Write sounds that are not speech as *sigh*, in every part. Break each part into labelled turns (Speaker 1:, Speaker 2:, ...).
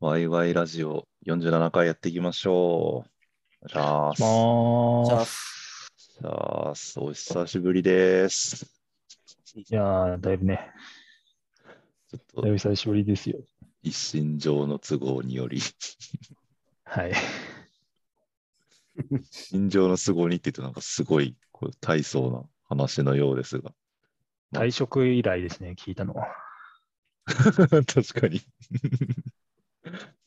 Speaker 1: ワイワイラジオ47回やっていきましょう。じゃあ、さ
Speaker 2: まあ、
Speaker 1: あ、お久しぶりです。
Speaker 2: いやー、だいぶね、
Speaker 1: ちょっ
Speaker 2: だい
Speaker 1: と
Speaker 2: ぶ久しぶりですよ。
Speaker 1: 一身上の都合により、
Speaker 2: はい。
Speaker 1: 心情の都合にって言うとなんかすごいこう大層な話のようですが、
Speaker 2: 退職以来ですね、聞いたのは。
Speaker 1: *laughs* 確かに。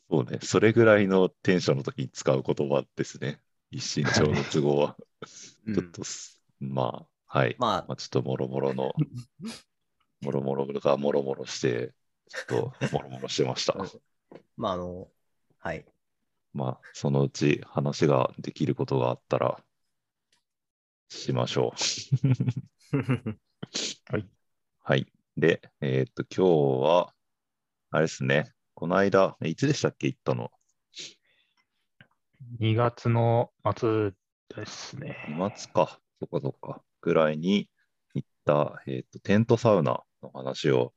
Speaker 1: そうね、それぐらいのテンションの時に使う言葉ですね。一身上の都合は。
Speaker 3: うん
Speaker 1: ちょっとす、まあ、はい。
Speaker 3: まあ、
Speaker 1: まあ、ちょっともろもろの、もろもろがもろもろして、ちょっともろもろしてました。
Speaker 3: まあ、あの、
Speaker 1: *laughs*
Speaker 3: はい。
Speaker 1: まあ、そのうち話ができることがあったら、しましょう。はい。で、えーっと、今日は、あれですね、この間、いつでしたっけ行ったの
Speaker 2: 2月の末ですね。
Speaker 1: ?2 月か、そっかそっか、ぐらいに行った、えーっと、テントサウナの話を、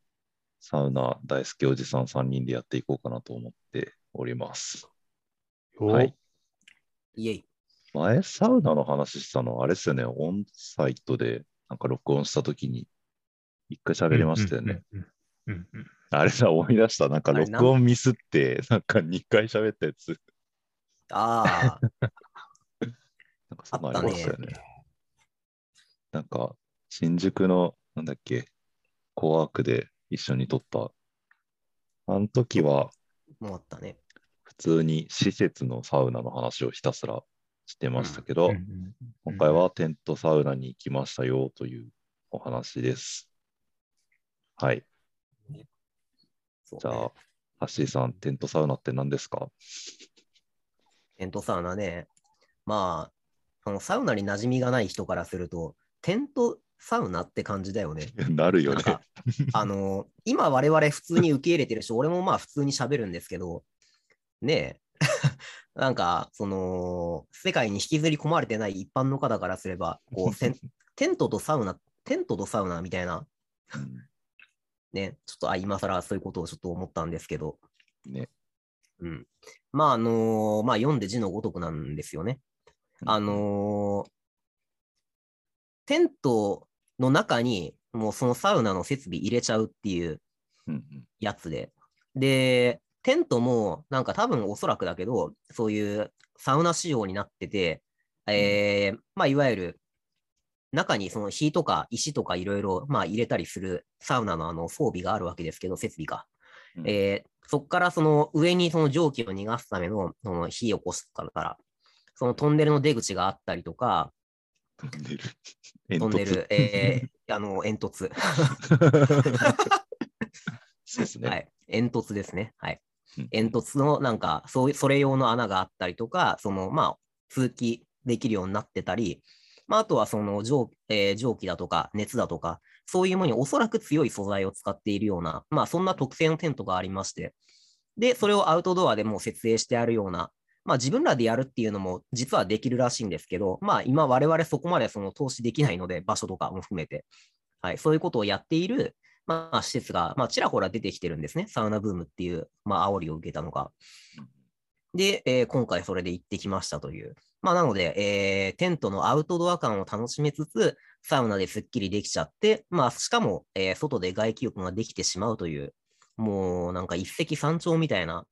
Speaker 1: サウナ大好きおじさん3人でやっていこうかなと思っております。はい
Speaker 3: イエイ。
Speaker 1: 前、サウナの話したの、あれですよね、オンサイトで、なんか録音したときに、一回喋りましたよね。。
Speaker 2: うんうんうんうん
Speaker 1: あれだ、思い出した。なんか
Speaker 3: あれなん
Speaker 1: 録音ミスって、なんか2回喋ったやつ、
Speaker 3: ああ、
Speaker 1: なんかそんなのありましたよね。なんか、新宿の、なんだっけ、コワークで一緒に撮った。あの時は、
Speaker 3: もうあっ
Speaker 1: *laughs*
Speaker 3: たね。
Speaker 1: 普通に施設のサウナの話をひたすらしてましたけど、
Speaker 2: うんうん
Speaker 1: 今回はテントサウナに行きましたよというお話です。はい。
Speaker 3: そうね
Speaker 1: じゃあ、ハッシーさん、テントサウナって何ですか *laughs*
Speaker 3: テントサウナね。まあ、そのサウナに馴染みがない人からすると、テントサウナって感じだよね。
Speaker 1: なるよ
Speaker 3: なん
Speaker 1: ね。
Speaker 3: か、あの、今我々普通に受け入れてるし、俺もまあ普通に喋るんですけど、ねえ、 *laughs* なんか、その、世界に引きずり込まれてない一般の方からすれば、こ
Speaker 1: *laughs*
Speaker 3: う、せんテントとサウナ、テントとサウナみたいな、ね、ちょっとあ今更そういうことをちょっと思ったんですけど、
Speaker 1: ね。
Speaker 3: うん。まあ、あのーまあ、読んで字のごとくなんですよね。あのーテントの中に、もうそのサウナの設備入れちゃうっていう
Speaker 1: うんうん
Speaker 3: やつで。で、テントも、なんか多分おそらくだけど、そういうサウナ仕様になってて、えーまあ、いわゆる、中にその火とか石とかいろいろ、まあ、入れたりするサウナのあの装備があるわけですけど、設備が。
Speaker 1: うん
Speaker 3: えーそこからその上にその蒸気を逃がすためのその火を起こすから、そのトンネルの出口があったりとか、
Speaker 1: 飛んでる。煙
Speaker 3: トンネ
Speaker 1: 突。
Speaker 3: ル、え
Speaker 1: *laughs*
Speaker 3: ーあの煙突、 *laughs*
Speaker 1: そうですね。
Speaker 3: はい、煙突ですね。はい。
Speaker 1: うん
Speaker 3: 煙突のなんかそういそれ用の穴があったりとかそのまあ通気できるようになってたり、まあ、あとはその蒸,、えー蒸気だとか熱だとかそういうものにおそらく強い素材を使っているような、まあ、そんな特性のテントがありましてでそれをアウトドアでもう設営してあるような、まあ、自分らでやるっていうのも実はできるらしいんですけど、まあ、今我々そこまでその投資できないので場所とかも含めて、はい、そういうことをやっているまあ、施設が、まあ、ちらほら出てきてるんですね。サウナブームっていう、まあ、煽りを受けたのが。で、えー今回それで行ってきましたという。まあ、なので、えーテントのアウトドア感を楽しめつつ、サウナですっきりできちゃって、まあ、しかも、えー外で外気浴ができてしまうという、もうなんか一石三鳥みたいな、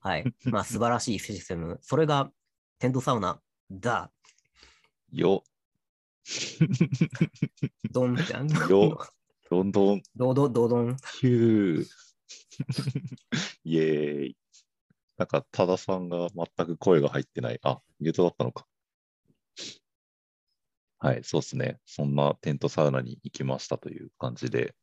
Speaker 3: はい、まあ、素晴らしいシステム。それがテントサウナだ。
Speaker 1: よ、 *laughs*
Speaker 3: ドンってあんの
Speaker 1: よどんどん、
Speaker 3: *laughs*
Speaker 1: *laughs*
Speaker 3: ドドドドン。
Speaker 1: ヒュー。イエーイ。なんか、多田さんが全く声が入ってない。あ、ミュートだったのか。はい、そうですね。そんなテントサウナに行きましたという感じで。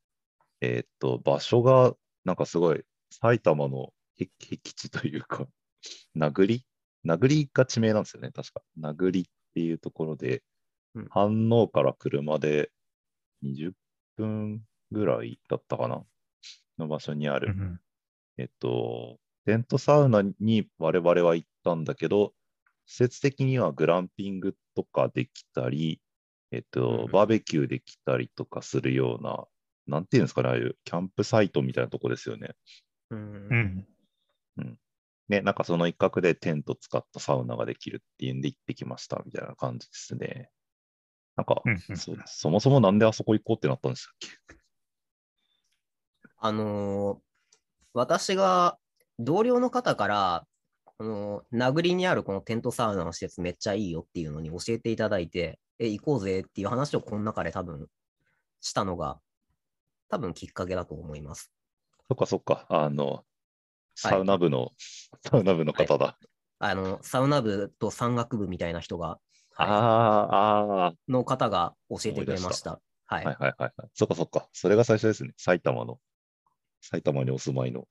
Speaker 1: えーっと、場所が、なんかすごい、埼玉のへ僻地というか、 *laughs* 殴り殴りが地名なんですよね、確か。殴りっていうところで、
Speaker 3: うん
Speaker 1: 飯能から車で20分ぐらいだったかなの場所にあ
Speaker 2: うんう
Speaker 1: る、
Speaker 2: ん
Speaker 1: えっと、テントサウナに我々は行ったんだけど、施設的にはグランピングとかできたり、えっ
Speaker 3: うんう
Speaker 1: と
Speaker 3: ん、
Speaker 1: バーベキューできたりとかするような、なんていうんですかね、ああいうキャンプサイトみたいなとこですよね。
Speaker 3: うん
Speaker 2: うん
Speaker 1: ね、なんかその一角でテント使ったサウナができるっていうんで行ってきましたみたいな感じですね。なんか、
Speaker 2: うんうん
Speaker 1: そそもそもなんであそこ行こうってなったんでしたっけ
Speaker 3: あのー私が同僚の方から、この、名栗にあるこのテントサウナの施設めっちゃいいよっていうのに教えていただいて、え、行こうぜっていう話をこの中で多分したのが、多分きっかけだと思います。
Speaker 1: *laughs* そっかそっか、あの、サウナ部の、サウナ部の方だ。
Speaker 3: あの、サウナ部と山岳部みたいな人が、
Speaker 1: あ
Speaker 3: は
Speaker 1: あ、あ
Speaker 3: いの方が教えてくれ
Speaker 1: 思い
Speaker 3: ま
Speaker 1: 出
Speaker 3: し
Speaker 1: した
Speaker 3: た。はい
Speaker 1: あ、はい。はいはいはい。そっかそっか、それが最初ですね。埼玉の、埼玉にお住まいの、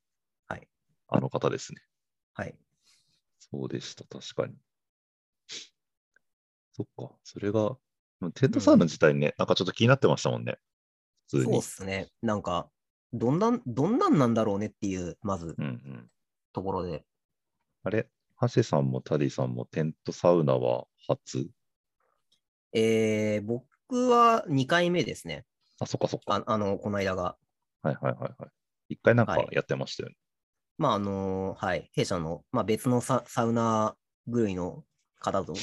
Speaker 3: はい
Speaker 1: あの方ですね。
Speaker 3: はい。
Speaker 1: そうでした、確かに。そっか、それが、でもテントサウナ自体ね、なんかちょっと気になってましたもんね。普通
Speaker 3: そう
Speaker 1: に。
Speaker 3: っすね。なんか、どんなん、どんなんなんだろうねっていう、まず
Speaker 1: うんうん。
Speaker 3: ところで。
Speaker 1: あれ、ハセさんもタディさんもテントサウナは初
Speaker 3: えー、僕は2回目ですね。
Speaker 1: あ、そっかそっか。
Speaker 3: ああの、この間が。
Speaker 1: はいはいはいはい。一回なんか
Speaker 3: はい
Speaker 1: やってましたよね。 *laughs*
Speaker 3: まあ、あのーはい。弊社の、まあ、別のササウナ部類の方と、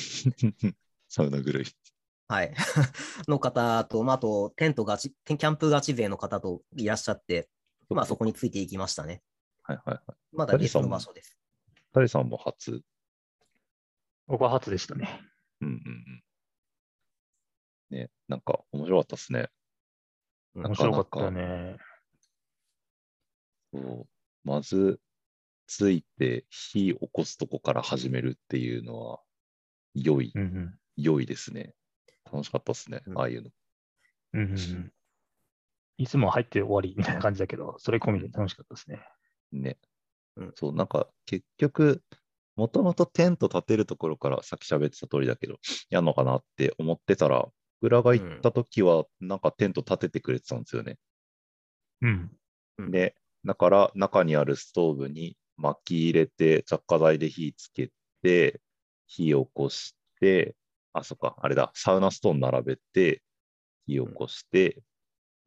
Speaker 1: サウナ狂い。
Speaker 3: はい。 *laughs* の方と、まあ、あと、テントガチ、テンキャンプガチ勢の方といらっしゃって、まあ、そこについていきましたね。
Speaker 1: はいはいはい。
Speaker 3: まだ別の場所です。
Speaker 1: タディさんも初。
Speaker 2: 僕は初でしたね。
Speaker 1: うんうんうん。ね、なんか面白かったですね。
Speaker 3: うん
Speaker 1: な
Speaker 2: 面
Speaker 1: んか
Speaker 2: 白かったね。
Speaker 1: そうまず、ついて火起こすとこから始めるっていうのは、良い、
Speaker 2: うんうん
Speaker 1: 良いですね。楽しかったですね
Speaker 3: う、ん
Speaker 1: ああいうの。
Speaker 2: うんうんうんいつも入って終わりみたいな感じだけど、それ込みで楽しかったですね。
Speaker 1: ね
Speaker 3: うん。
Speaker 1: そう、なんか結局、もともとテント立てるところから、さっき喋ってた通りだけど、やんのかなって思ってたら、僕らが行った時は、なんかテント立ててくれてたんですよね。
Speaker 2: うん。
Speaker 3: うん
Speaker 1: で、だから中にあるストーブに薪入れて、着火剤で火つけて、火を起こして、あ、そっか、あれだ、サウナストーン並べて、火を起こして、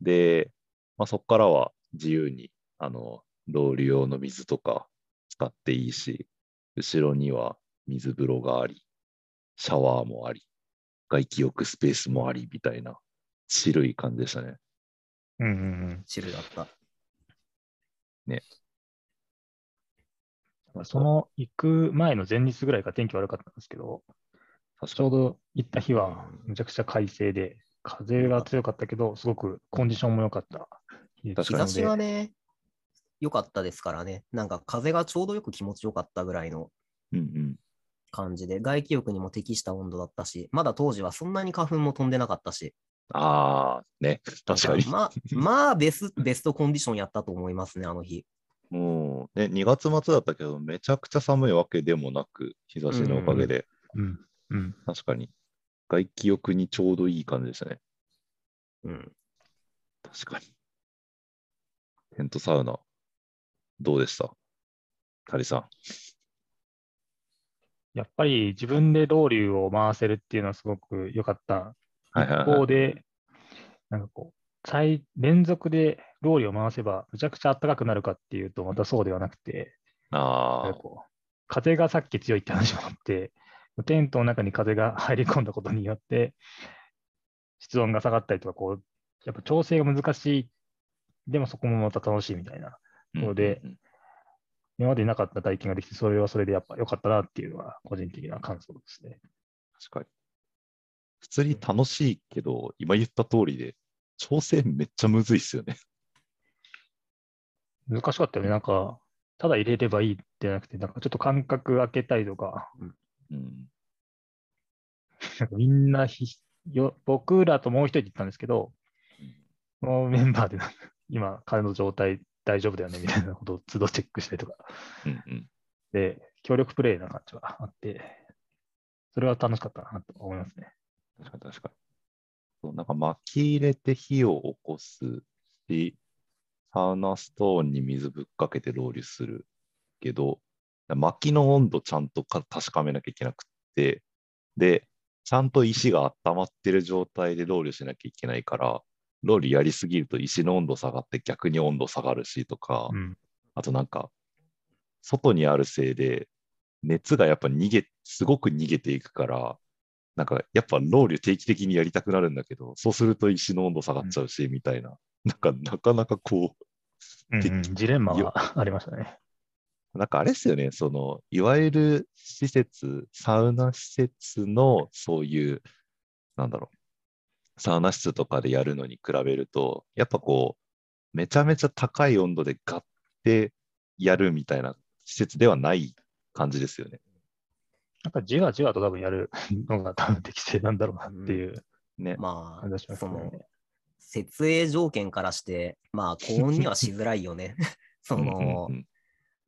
Speaker 1: で、まあ、そこからは自由に、あの、ロール用の水とか使っていいし、後ろには水風呂があり、シャワーもあり、外気浴スペースもあり、みたいな、白い感じでしたね。
Speaker 2: うんうんうん
Speaker 3: チルだった。
Speaker 2: まあその行く前の前日ぐらいから天気悪かったんですけど、
Speaker 1: 確
Speaker 2: ちょうど行った日はむちゃくちゃ快晴で、風が強かったけど、すごくコンディションも良かった日だっ
Speaker 1: 確
Speaker 2: た
Speaker 3: 日
Speaker 1: か
Speaker 2: の
Speaker 3: 差
Speaker 2: で。
Speaker 3: しはね、良かったですからね。なんか風がちょうどよく気持ちよかったぐらいの
Speaker 1: うんうん。
Speaker 3: 感じで、外気浴にも適した温度だったし、まだ当時はそんなに花粉も飛んでなかったし、
Speaker 1: ああ、ね、確かに。
Speaker 3: まあ、まあベス、ベストコンディションやったと思いますね、あの日。
Speaker 1: もう、ね、2月末だったけど、めちゃくちゃ寒いわけでもなく、日差しのおかげで、
Speaker 2: うんうん。
Speaker 1: 確かに、外気浴にちょうどいい感じでしたね。
Speaker 3: うん。
Speaker 1: 確かに。テントサウナ、どうでしたタリさん。
Speaker 2: やっぱり自分でロウリュを回せるっていうのはすごく良かった
Speaker 1: はいはいはい
Speaker 2: 一方で、なんかこう、再連続でロウリュを回せば、むちゃくちゃ暖かくなるかっていうと、またそうではなくて、なん
Speaker 1: あ
Speaker 2: かこう風がさっき強いって話もあって、テントの中に風が入り込んだことによって、室温が下がったりとか、こう、やっぱ調整が難しい、でもそこもまた楽しいみたいな、
Speaker 1: あ、
Speaker 2: そうで
Speaker 1: うんうんうん
Speaker 2: 今までになかった体験ができて、それはそれでやっぱ良かったなっていうのが、個人的な感想ですね。
Speaker 1: 確かに。普通に楽しいけど、今言った通りで、調整めっちゃむずいっすよね。
Speaker 2: 難しかったよね。なんか、ただ入れればいいってなくて、なんかちょっと間隔空けたりとか、
Speaker 1: うん。
Speaker 2: なんかみんなひよ、僕らともう一人で行ったんですけど、そのメンバーでなんか、今、彼の状態大丈夫だよねみたいなことを都度チェックしたりとか、
Speaker 1: うんうん。
Speaker 2: で、協力プレイな感じはあって、それは楽しかったなと思いますね。
Speaker 1: 確かに確かに。そうなんか薪入れて火を起こすし、サウナストーンに水ぶっかけてロウリュするけど、薪の温度ちゃんとか確かめなきゃいけなくって、で、ちゃんと石が温まってる状態でロウリュしなきゃいけないから、ロウリュやりすぎると石の温度下がって逆に温度下がるしとか、
Speaker 2: うん。
Speaker 1: あとなんか、外にあるせいで、熱がやっぱ逃げ、すごく逃げていくから、なんかやっぱロウリュ定期的にやりたくなるんだけど、そうすると石の温度下がっちゃうし、みたいな。なんか、なかなかこ
Speaker 2: うんうんジレンマ
Speaker 1: よ
Speaker 2: がありましたね。
Speaker 1: う、なんかあれですよね、その、いわゆる施設、サウナ施設のそういう、なんだろう、サウナ室とかでやるのに比べると、やっぱこう、めちゃめちゃ高い温度でガッてやるみたいな施設ではない感じですよね。
Speaker 2: なんかじわじわと多分やるのが多分適正なんだろうなっていう
Speaker 1: ね。
Speaker 3: ま
Speaker 2: 感じがし
Speaker 3: あ、
Speaker 2: ます
Speaker 3: そ
Speaker 2: ね。
Speaker 3: の、設営条件からして、まあ、高温にはしづらいよね。 *laughs* そ
Speaker 1: うんうん
Speaker 3: の
Speaker 1: う、ん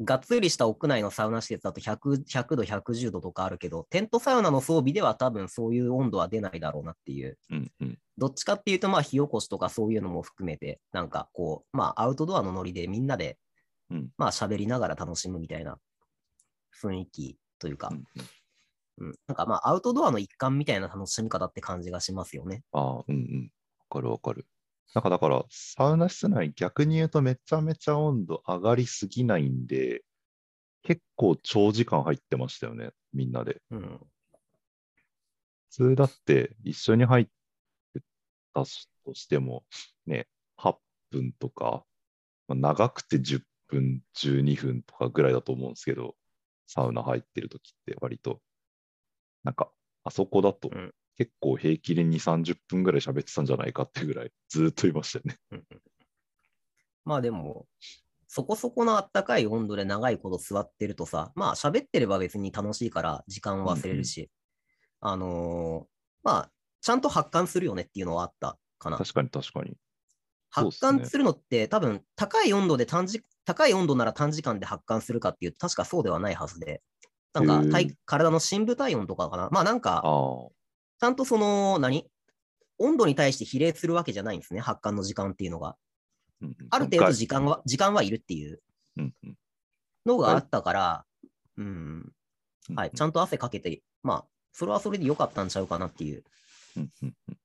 Speaker 3: がっつりした屋内のサウナ施設だと 100, 100度、110度とかあるけど、テントサウナの装備では多分そういう温度は出ないだろうなっていう。
Speaker 1: うんうん
Speaker 3: どっちかっていうと、まあ、火起こしとかそういうのも含めて、なんかこう、まあ、アウトドアのノリでみんなで、
Speaker 1: うん
Speaker 3: まあ、喋りながら楽しむみたいな雰囲気というか、
Speaker 1: うんうん
Speaker 3: うん、なんかまあ、アウトドアの一環みたいな楽しみ方って感じがしますよね。
Speaker 1: ああ、うんうん。わかるわかる。なんかだから、サウナ室内、逆に言うとめちゃめちゃ温度上がりすぎないんで、結構長時間入ってましたよね、みんなで。
Speaker 3: うん。
Speaker 1: 普通だって、一緒に入ってたとしても、ね、8分とか、まあ長くて10分、12分とかぐらいだと思うんですけど、サウナ入ってる時って割と、なんか、あそこだと
Speaker 3: うん
Speaker 1: 結構平気で2、30分ぐらい喋ってたんじゃないかってぐらい、ずーっといましたよね。
Speaker 3: まあでも、そこそこのあったかい温度で長いこと座ってるとさ、まあ喋ってれば別に楽しいから時間を忘れるし、あのーまあ、ちゃんと発汗するよねっていうのはあったかな。
Speaker 1: 確かに確かに。そうっ
Speaker 3: 発
Speaker 1: すね
Speaker 3: 汗するのって、多分高い温度で短時高い温度なら短時間で発汗するかっていうと確かそうではないはずでなん
Speaker 1: へ
Speaker 3: か
Speaker 1: ー
Speaker 3: 体体の深部体温とかかなまあな
Speaker 1: あ
Speaker 3: ん
Speaker 1: あ
Speaker 3: か、ちゃんとその何温度に対して比例するわけじゃないんですね発汗の時間っていうのが
Speaker 1: うんうん
Speaker 3: ある程度時間は時間はいるっていう
Speaker 1: うんうん
Speaker 3: のがあったから、うん
Speaker 1: うん
Speaker 3: はい、ちゃんと汗かけてまあそれはそれで良かったんちゃうかなっていう
Speaker 1: うんうんうん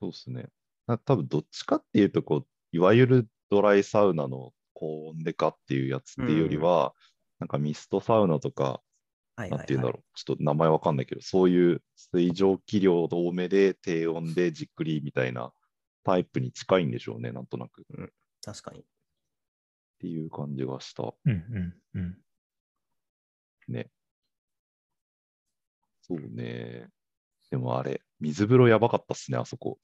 Speaker 1: そうですね。な多分どっちかっていうとこう、いわゆるドライサウナの高温でかっていうやつっていうよりは、なんかミストサウナとか、
Speaker 3: はい
Speaker 1: な
Speaker 3: は
Speaker 1: ん
Speaker 3: い、
Speaker 1: ていうんだ
Speaker 3: はい
Speaker 1: ろう、ちょっと名前わかんないけど、そういう水蒸気量多めで低温でじっくりみたいなタイプに近いんでしょうね、なんとなく。っ
Speaker 3: 確かに
Speaker 1: ていう感じがした。
Speaker 2: うんうんうん。
Speaker 1: そうね。でもあれ、水風呂やばかったっすね、あそこ。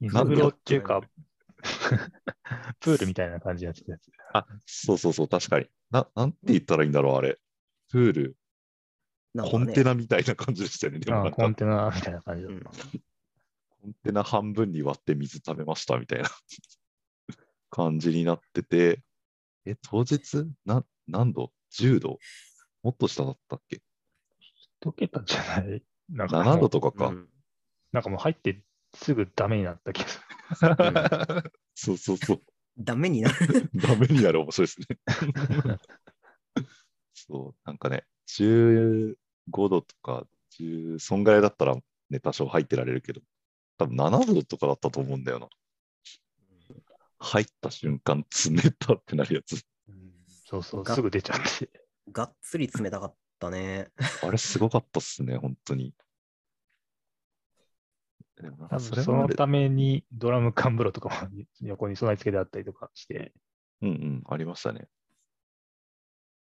Speaker 2: 水風呂っていうか、 *laughs* プールみたいな感じのやつです。
Speaker 1: あ、そうそうそう、確かに。な、なんて言ったらいいんだろう、あれ。プール、
Speaker 3: なんか
Speaker 1: コ
Speaker 3: ね
Speaker 1: ンテナみたいな感じでしたよね。でも
Speaker 2: あ
Speaker 1: な
Speaker 2: あ
Speaker 1: ん
Speaker 2: コ
Speaker 1: か、
Speaker 2: ンテナみたいな感じだっ
Speaker 3: うん
Speaker 2: た。
Speaker 1: コンテナ半分に割って水食べましたみたいな *laughs* 感じになってて、え、当日、な、何度 ?10 度もっと下だったっけ
Speaker 2: 溶けたんじゃないなんかもう
Speaker 1: ?7 度とかか。
Speaker 3: うん
Speaker 2: なんかもう入ってすぐダメになった気がする。
Speaker 1: *laughs* そうそうそう。
Speaker 3: ダメになる
Speaker 1: ダメになる面白いですね。 *laughs* そう、なんかね、15度とか、10そんぐらいだったら、ね、多少入ってられるけど、多分7度とかだったと思うんだよな。入った瞬間、冷たってなるやつ。
Speaker 2: そうそう、
Speaker 3: が
Speaker 2: すぐ出ちゃって。
Speaker 3: がっつり冷たかったね。
Speaker 1: あれ、すごかったっすね、本当に。でもなん
Speaker 2: 多
Speaker 1: か
Speaker 2: 分そ
Speaker 1: ま
Speaker 2: の
Speaker 1: で
Speaker 2: ためにドラム缶風呂とかも横に備え付けであったりとかして、
Speaker 1: うんうん、ありましたね。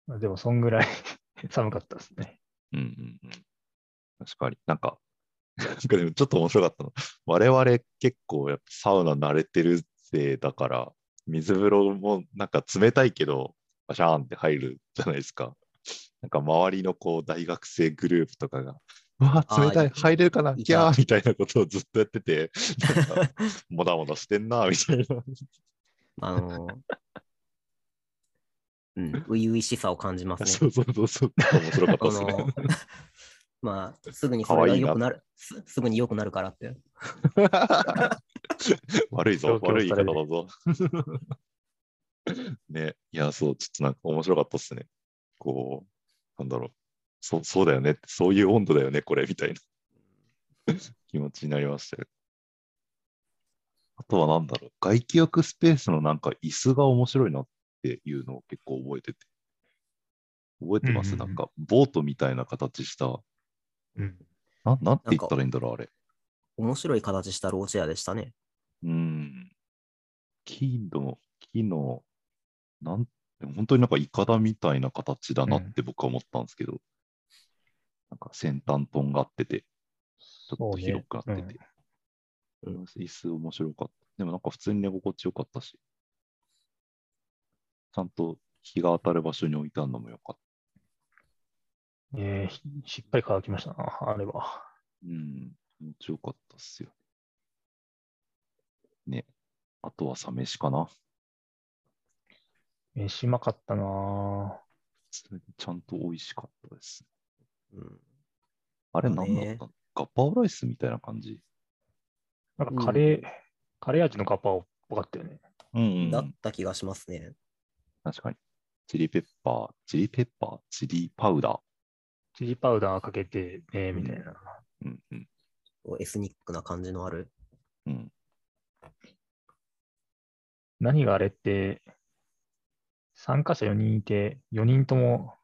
Speaker 2: まあでもそんぐらい *laughs* 寒かったですね。
Speaker 1: うんうんうん。確かになん
Speaker 3: *laughs*
Speaker 1: か、なんかでもちょっと面白かったの。我々結構やっぱサウナ慣れてるせいだから、水風呂もなんか冷たいけど、バシャーンって入るじゃないですか。なんか周りのこう大学生グループとかが、うわ
Speaker 3: あー
Speaker 1: 冷たい、
Speaker 3: いた
Speaker 1: 入れるかな、
Speaker 3: いた
Speaker 1: ギャーみたいなことをずっとやってて、なんか、
Speaker 3: *laughs*
Speaker 1: もだもだしてんな、みたいな。
Speaker 3: あ
Speaker 1: *laughs*
Speaker 3: のーうん、初々しさを感じます
Speaker 1: そ
Speaker 3: ね。
Speaker 1: うそうそうそう、面白かった
Speaker 3: あ
Speaker 1: ですね
Speaker 3: の。ー *laughs* まあ、すぐにそれが良くなるす、すぐに良くなるからって。
Speaker 1: *laughs* 悪いぞ、
Speaker 2: 状況
Speaker 1: 悪い言い方だぞ。 *laughs* ね、いや、そう、ちょっとなんか面白かったっすね。こう、なんだろう、そそうだよねって、そういう温度だよね、これ、みたいな気持ちにな *laughs* りましたよ。あとはなんだろう、外気浴スペースのなんか椅子が面白いなっていうのを結構覚えてて。覚えてます、
Speaker 2: うんうん
Speaker 1: な
Speaker 2: うん
Speaker 1: んか、ボートみたいな形した、
Speaker 2: うん。
Speaker 1: ななんて言ったらいいんだろう、あれ。
Speaker 3: 面白い形したローチェアでしたね。
Speaker 1: うん。木の、木の、なん本当になんかイカダみたいな形だなって僕は思ったんですけど、なんか先端とんがってて、ちょっと広くなってて。
Speaker 3: うんう
Speaker 1: 椅子面白かった。でもなんか普通に寝心地よかったし、ちゃんと日が当たる場所に置いてあるのもよかっ
Speaker 2: えーひしっかり乾きましたな、あれは。
Speaker 1: た。うん、気持ちよかったっすよ。ね、あとはサメシかな。
Speaker 2: えーしまかったな
Speaker 1: 普通にちゃんと美味しかったです。
Speaker 3: うん、
Speaker 1: あれ
Speaker 3: まあ
Speaker 1: 何だ
Speaker 3: ね
Speaker 1: ったのガッパオライスみたいな感じ。
Speaker 2: なんかカレー、カレー味のカッパっぽかったよね。
Speaker 1: うん、
Speaker 3: だった気がしますね。
Speaker 1: 確かに。チリペッパー、チリペッパー、チリパウダー。
Speaker 2: チリパウダーかけてね、みたいな。
Speaker 1: うんうん
Speaker 3: エスニックな感じのある。
Speaker 1: うん。
Speaker 2: 何があれって、参加者4人いて、4人とも、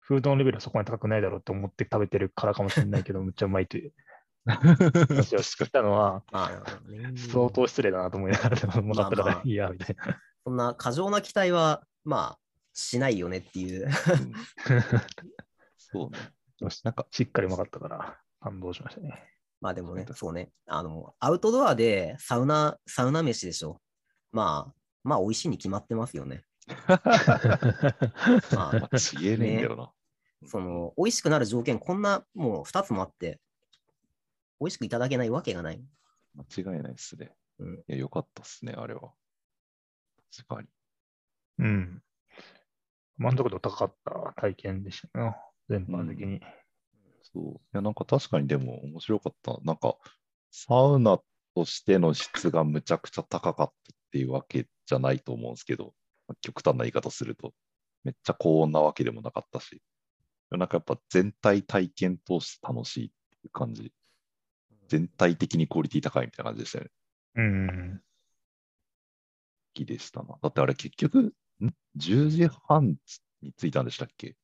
Speaker 2: フードのレベルはそこまで高くないだろうと思って食べてるからかもしれないけ *laughs* ど、むっちゃうまいという
Speaker 1: *laughs*
Speaker 2: 話をしてきたのは、
Speaker 3: まあ、なるほどね
Speaker 2: 相当失礼だなと思いながら、でもうだった
Speaker 3: まあま
Speaker 2: ら
Speaker 3: あ
Speaker 2: いいや、みたいな。
Speaker 3: そんな過剰な期待は、まあ、しないよねってい
Speaker 1: う
Speaker 3: う。 *laughs*
Speaker 1: んそうね。
Speaker 2: なんかしっかりうまかったから、感動しましたね。 *laughs*
Speaker 3: まあでもね
Speaker 1: そう、だ
Speaker 3: そうね。あの、アウトドアでサウナ、サウナ飯でしょ。まあ、まあ、美味しいに決まってますよね。まあ
Speaker 1: まあ、ちげえねえんだよな。
Speaker 3: その、美味しくなる条件、こんな、もう2つもあって、美味しくいただけないわけがない。
Speaker 1: 間違いないっすね。
Speaker 3: うん
Speaker 1: いや、よかったっすね、あれは。確かに。
Speaker 2: うん。満足度高かった体験でしたな、全般的に。
Speaker 1: そう。いや、なんか確かにでも面白かった。なんか、サウナとしての質がむちゃくちゃ高かったっていうわけじゃないと思うんですけど、まあ極端な言い方すると、めっちゃ高温なわけでもなかったし、なんかやっぱ全体体験通して楽しいっていう感じ。全体的にクオリティ高いみたいな感じでしたよね。
Speaker 2: うん。
Speaker 1: 好きでしたな。だってあれ結局、ん ?10 時半に着いたんでしたっけ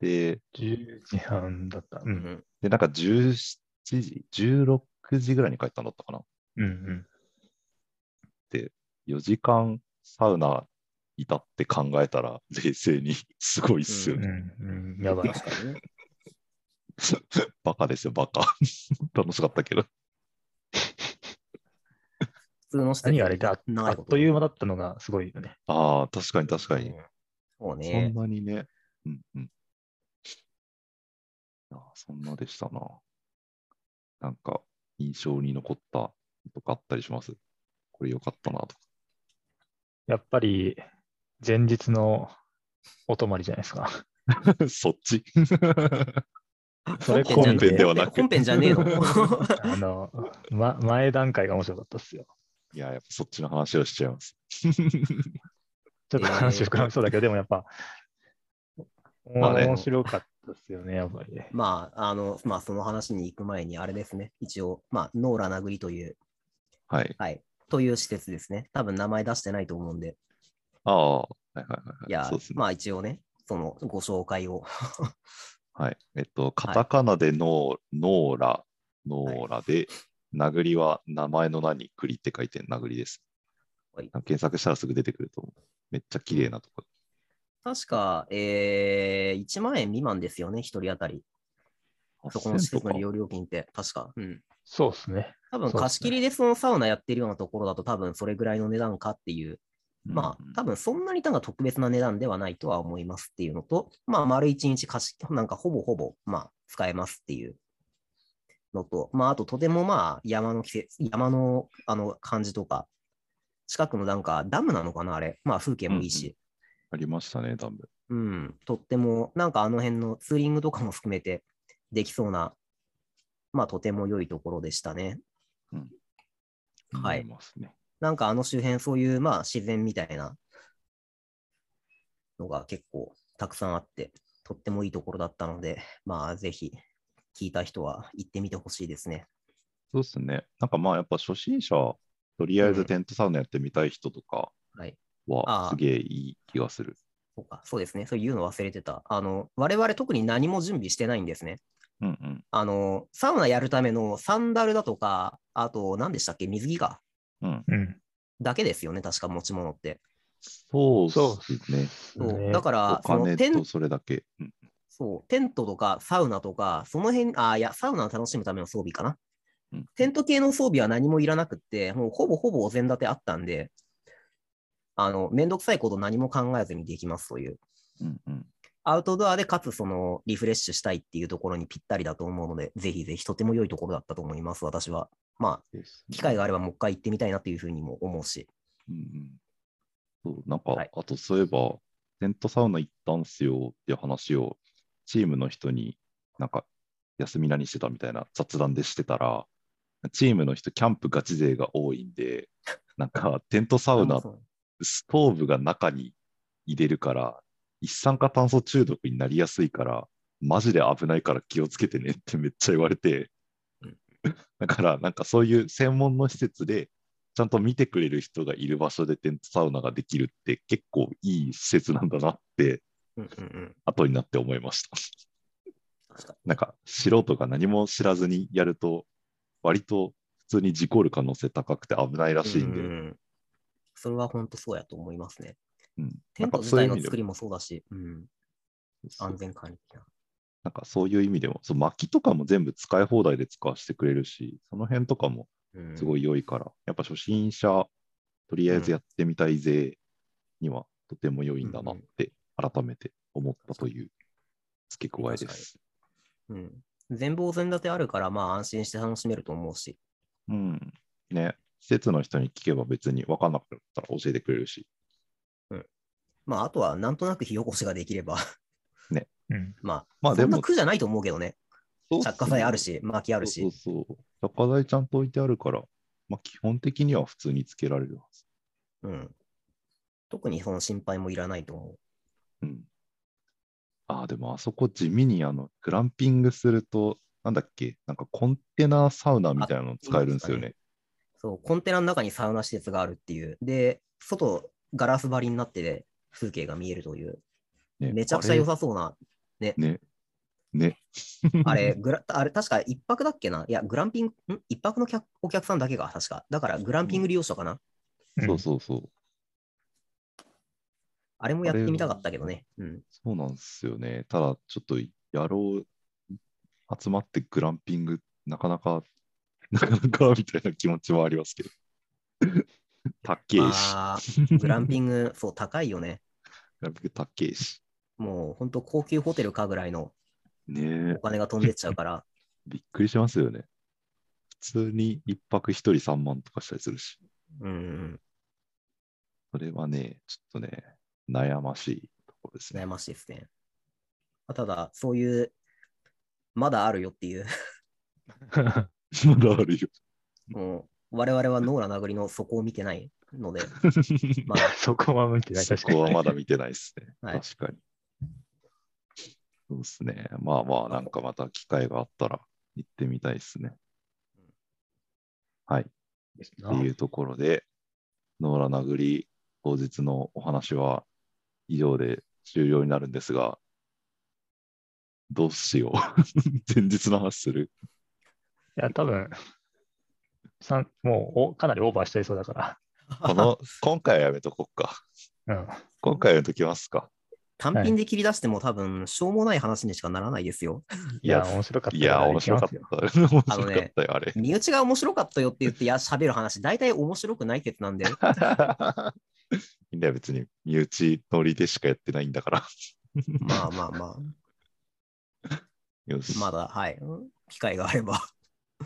Speaker 1: で、
Speaker 2: 10時半だった。う。
Speaker 3: うんん。
Speaker 1: で、なんか17時、16時ぐらいに帰ったんだったかな。
Speaker 2: うんうん。
Speaker 1: 4時間サウナいたって考えたら、 *laughs* 冷静にすごいっすよ
Speaker 2: う
Speaker 1: ね。
Speaker 2: んうん。やばい。
Speaker 3: 確かにね。
Speaker 1: *laughs* バカですよ、バカ。楽しかったけど。
Speaker 3: 普通の人
Speaker 2: 何があれであっあ
Speaker 3: 長い
Speaker 2: っ
Speaker 3: こと
Speaker 2: いう間だったのがすごいよね。
Speaker 1: ああ、確かに確かに。。
Speaker 3: そう
Speaker 1: そん
Speaker 3: ね。
Speaker 1: なにね。うんうん。ああそんなでしたな。なんか、印象に残ったとかあったりします。これ良かったなとか。
Speaker 2: やっぱり、前日のお泊まりじゃないで
Speaker 1: *laughs*
Speaker 2: すか。
Speaker 1: そっち
Speaker 2: それ
Speaker 1: 本
Speaker 3: 本編じゃ
Speaker 1: 編ではなく
Speaker 3: 本編じゃねえの。
Speaker 2: *laughs* あの、ま、前段階が面白かったっすよ。
Speaker 1: いや、やっぱそっちの話をしちゃいます。 *laughs*
Speaker 2: ちょっと話膨らみそうだけど、でもやっぱ、
Speaker 1: まあね
Speaker 2: 面白かったっすよね、やっぱりね。
Speaker 3: まあ、あの、まあ、その話に行く前に、あれですね。一応、まあ、ノーラ殴りという、
Speaker 1: はい。
Speaker 3: はい、という施設ですね。多分名前出してないと思うんで、
Speaker 1: ああ、はいはいはいはい。
Speaker 3: いや、
Speaker 1: そうですね。
Speaker 3: まあ一応ね、そのご紹介を。
Speaker 1: はい。えっと、カタカナでノー、ノーラ、ノーラで、殴りは名前の名に栗って書いて殴りです。
Speaker 3: はい
Speaker 1: 検索したらすぐ出てくると思う。めっちゃ綺麗なとこ。
Speaker 3: 確か、えー、1万円未満ですよね、1人当たり。そこの施
Speaker 1: と
Speaker 3: 設
Speaker 1: か
Speaker 3: の利用料金って、確か。うん。
Speaker 2: そうですね。そうで
Speaker 3: 多分
Speaker 2: すね
Speaker 3: 貸し切りでそのサウナやってるようなところだと、多分それぐらいの値段かっていう、ま
Speaker 1: うん
Speaker 3: あ、多分そんなに多分特別な値段ではないとは思いますっていうのと、まあ、丸1日貸し、なんかほぼほぼ、まあ、使えますっていうのと、まあ、あととてもまあ、山の季節、山のあの感じとか、近くのなんかダムなのかな、あれ。まあ、風景もいいし、
Speaker 1: ありましたね、多分。
Speaker 3: うん、とっても、なんかあの辺のツーリングとかも含めてできそうな、まあとても良いところでしたね。はい
Speaker 1: 思ますね。
Speaker 3: なんかあの周辺、そういうまあ自然みたいなのが結構たくさんあって、とってもいいところだったので、まあぜひ聞いた人は行ってみてほしいですね。
Speaker 1: そうですね。なんかまあ、やっぱ初心者、とりあえずテントサウナやってみたい人とか、
Speaker 3: はい。
Speaker 1: は
Speaker 3: あー
Speaker 1: すげえいい気がする。
Speaker 3: そうか、そうですね。そういうの忘れてた。あの、我々特に何も準備してないんですね。
Speaker 1: うんうん。
Speaker 3: あの、サウナやるためのサンダルだとか、あと、何でしたっけ水着か。
Speaker 1: うん、
Speaker 2: うん。
Speaker 3: だけですよね、確か持ち物って。
Speaker 1: そう
Speaker 2: そ
Speaker 1: ですね。
Speaker 3: そう
Speaker 2: ね
Speaker 3: だから
Speaker 1: お、
Speaker 3: その
Speaker 1: 金
Speaker 3: テン
Speaker 1: とそれだけ。うん
Speaker 3: そうテントとかサウナとか、その辺、あ、いや、サウナを楽しむための装備かな。
Speaker 1: うん
Speaker 3: テント系の装備は何もいらなくって、もうほぼほぼお膳立てあったんで、あの、めんどくさいこと何も考えずにできますという。
Speaker 1: うんうん。
Speaker 3: アウトドアでかつそのリフレッシュしたいっていうところにぴったりだと思うので、ぜひぜひとても良いところだったと思います、私は。ま
Speaker 1: です
Speaker 3: あ、
Speaker 1: ね
Speaker 3: 機会があればもう一回行ってみたいなというふうにも思うし。
Speaker 1: うんうんそうなんか、
Speaker 3: はい
Speaker 1: あとそういえば、テントサウナ行ったんすよっていう話を、チームの人に、なんか、休み何してたみたいな雑談でしてたら、チームの人、キャンプガチ勢が多いんで、なんか、テントサウナ、ストーブが中に入れるから、一酸化炭素中毒になりやすいから、マジで危ないから気をつけてねって *laughs* めっちゃ言われて
Speaker 3: うん、
Speaker 1: *laughs* だから、なんかそういう専門の施設で、ちゃんと見てくれる人がいる場所でテントサウナができるって結構いい施設なんだなって
Speaker 3: うんうんうん。
Speaker 1: 後になって思いました。
Speaker 3: 確かに
Speaker 1: なんか素人が何も知らずにやると割と普通に事故る可能性高くて危ないらしいんで、
Speaker 3: うんうんそれは本当そうやと思いますね。
Speaker 1: うん
Speaker 3: テント
Speaker 1: なんか
Speaker 3: 自
Speaker 1: そういう
Speaker 3: 体
Speaker 1: 意
Speaker 3: の
Speaker 1: 味で
Speaker 3: 作
Speaker 1: も
Speaker 3: りもそうだし、うん、安全管理的な。
Speaker 1: なんかそういう意味でも、そう薪とかも全部使い放題で使わせてくれるし、その辺とかも
Speaker 3: うん
Speaker 1: すごい良いから、やっぱ初心者、とりあえずやってみたいぜにはとても良いんだなって改めて思ったという付け加えです。
Speaker 3: うん、全部お膳立てあるから、まあ安心して楽しめると思うし。
Speaker 1: うん。ね、施設の人に聞けば別に分かんなかったら教えてくれるし、
Speaker 3: まああとはなんとなく火起こしができれば、 *laughs*
Speaker 2: うん。
Speaker 3: ま
Speaker 1: まあ
Speaker 3: あ、
Speaker 1: で
Speaker 3: そん
Speaker 1: も
Speaker 3: な苦じゃないと思うけどね。
Speaker 1: そうっすね
Speaker 3: 着火剤あるし、薪あるし。
Speaker 1: そうそうそう。着火剤ちゃんと置いてあるから、まあ、基本的には普通につけられるはず。
Speaker 3: うん。特にその心配もいらないと思う。
Speaker 1: うん。ああ、でもあそこ地味にあの、グランピングすると、なんだっけ、なんかコンテナサウナみたいなの使えるんですよね。
Speaker 3: そう、コンテナの中にサウナ施設があるっていう。で、外、ガラス張りになってて、風景が見えるという。
Speaker 1: ね
Speaker 3: めちゃくちゃ良さそうな。
Speaker 1: あれね。ね。*laughs*
Speaker 3: あれ、グラあれ確か一泊だっけないや、グランピング、ん一泊の客お客さんだけが、確か。だから、グランピング利用者かな、
Speaker 1: そうそうそう。
Speaker 3: あれもやってみたかったけどね。うん。
Speaker 1: そうなんですよね。ただ、ちょっと、やろう、集まってグランピング、なかなか、 *laughs* なかなかみたいな気持ちはあります
Speaker 3: *laughs*
Speaker 1: けど。高いし、
Speaker 3: まあ、グランピング、 *laughs* そう、高いよね。
Speaker 1: グランピング高いし。
Speaker 3: もう、本当高級ホテルかぐらいの
Speaker 1: ねえ
Speaker 3: お、金が飛んでっちゃ
Speaker 1: *laughs*
Speaker 3: うから。
Speaker 1: びっくりしますよね。普通に一泊一人3万とかしたりするし、
Speaker 3: うんうん。
Speaker 1: それはね、ちょっとね、悩ましいところですね。
Speaker 3: 悩ましいですね。まあただ、そういう、まだあるよっていう、 *laughs*
Speaker 1: *laughs* まだあるよ。
Speaker 3: もう、我々はノーラ殴りの底を見てないので、ま
Speaker 2: *laughs* そこは向いてない。
Speaker 1: そ
Speaker 2: 確かに。
Speaker 1: こはまだ見てないです
Speaker 2: *laughs*
Speaker 1: ね。
Speaker 3: はい
Speaker 1: 確かに。そうですね。まあまあ、なんかまた機会があったら行ってみたいですね。はい。っていうところで、ノーラ殴り当日のお話は以上で終了になるんですが、どうしよう。 *laughs* 前日の話する。
Speaker 2: いや、多分さんもうおかなりオーバーしちゃいそうだか
Speaker 1: *laughs* こ
Speaker 2: *laughs*
Speaker 3: あ、
Speaker 1: の、今回はやめとこっか。
Speaker 2: ら。うん。
Speaker 1: 今回はやめときますか。
Speaker 3: *laughs* 単品で切り出しても多分、しょうもない話にしかならないで
Speaker 1: *laughs*
Speaker 3: すよ。
Speaker 2: いや、面白かった。
Speaker 1: いや、面白かった。面白か
Speaker 3: あのね
Speaker 1: ったよ、あ
Speaker 3: *laughs*
Speaker 1: れ。
Speaker 3: 身内が面白かったよって言って、いや、喋る話、大体面白くない説なんで、
Speaker 1: みんな別に身内乗りでしかやってないんだから。
Speaker 3: まあまあま
Speaker 1: よし、
Speaker 3: あ、まだ、はい。機会があれば。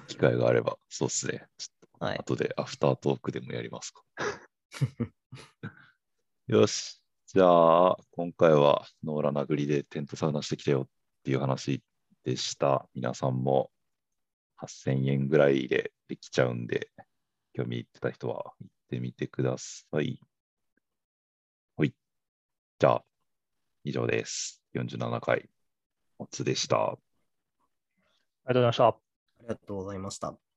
Speaker 1: 機会があれば、そうっすね。ちょ
Speaker 3: は
Speaker 1: っ
Speaker 3: い。
Speaker 1: と後でアフタートークでもやります
Speaker 3: *laughs*
Speaker 1: か。よし、じゃあ、今回はノーラ殴りでテントサウナしてきたよっていう話でした。皆さんも8000円ぐらいでできちゃうんで、興味ってた人は行ってみてください。はい。じゃあ、以上です。47回、おつでした。
Speaker 2: ありがとうございました。
Speaker 3: ありがとうございました。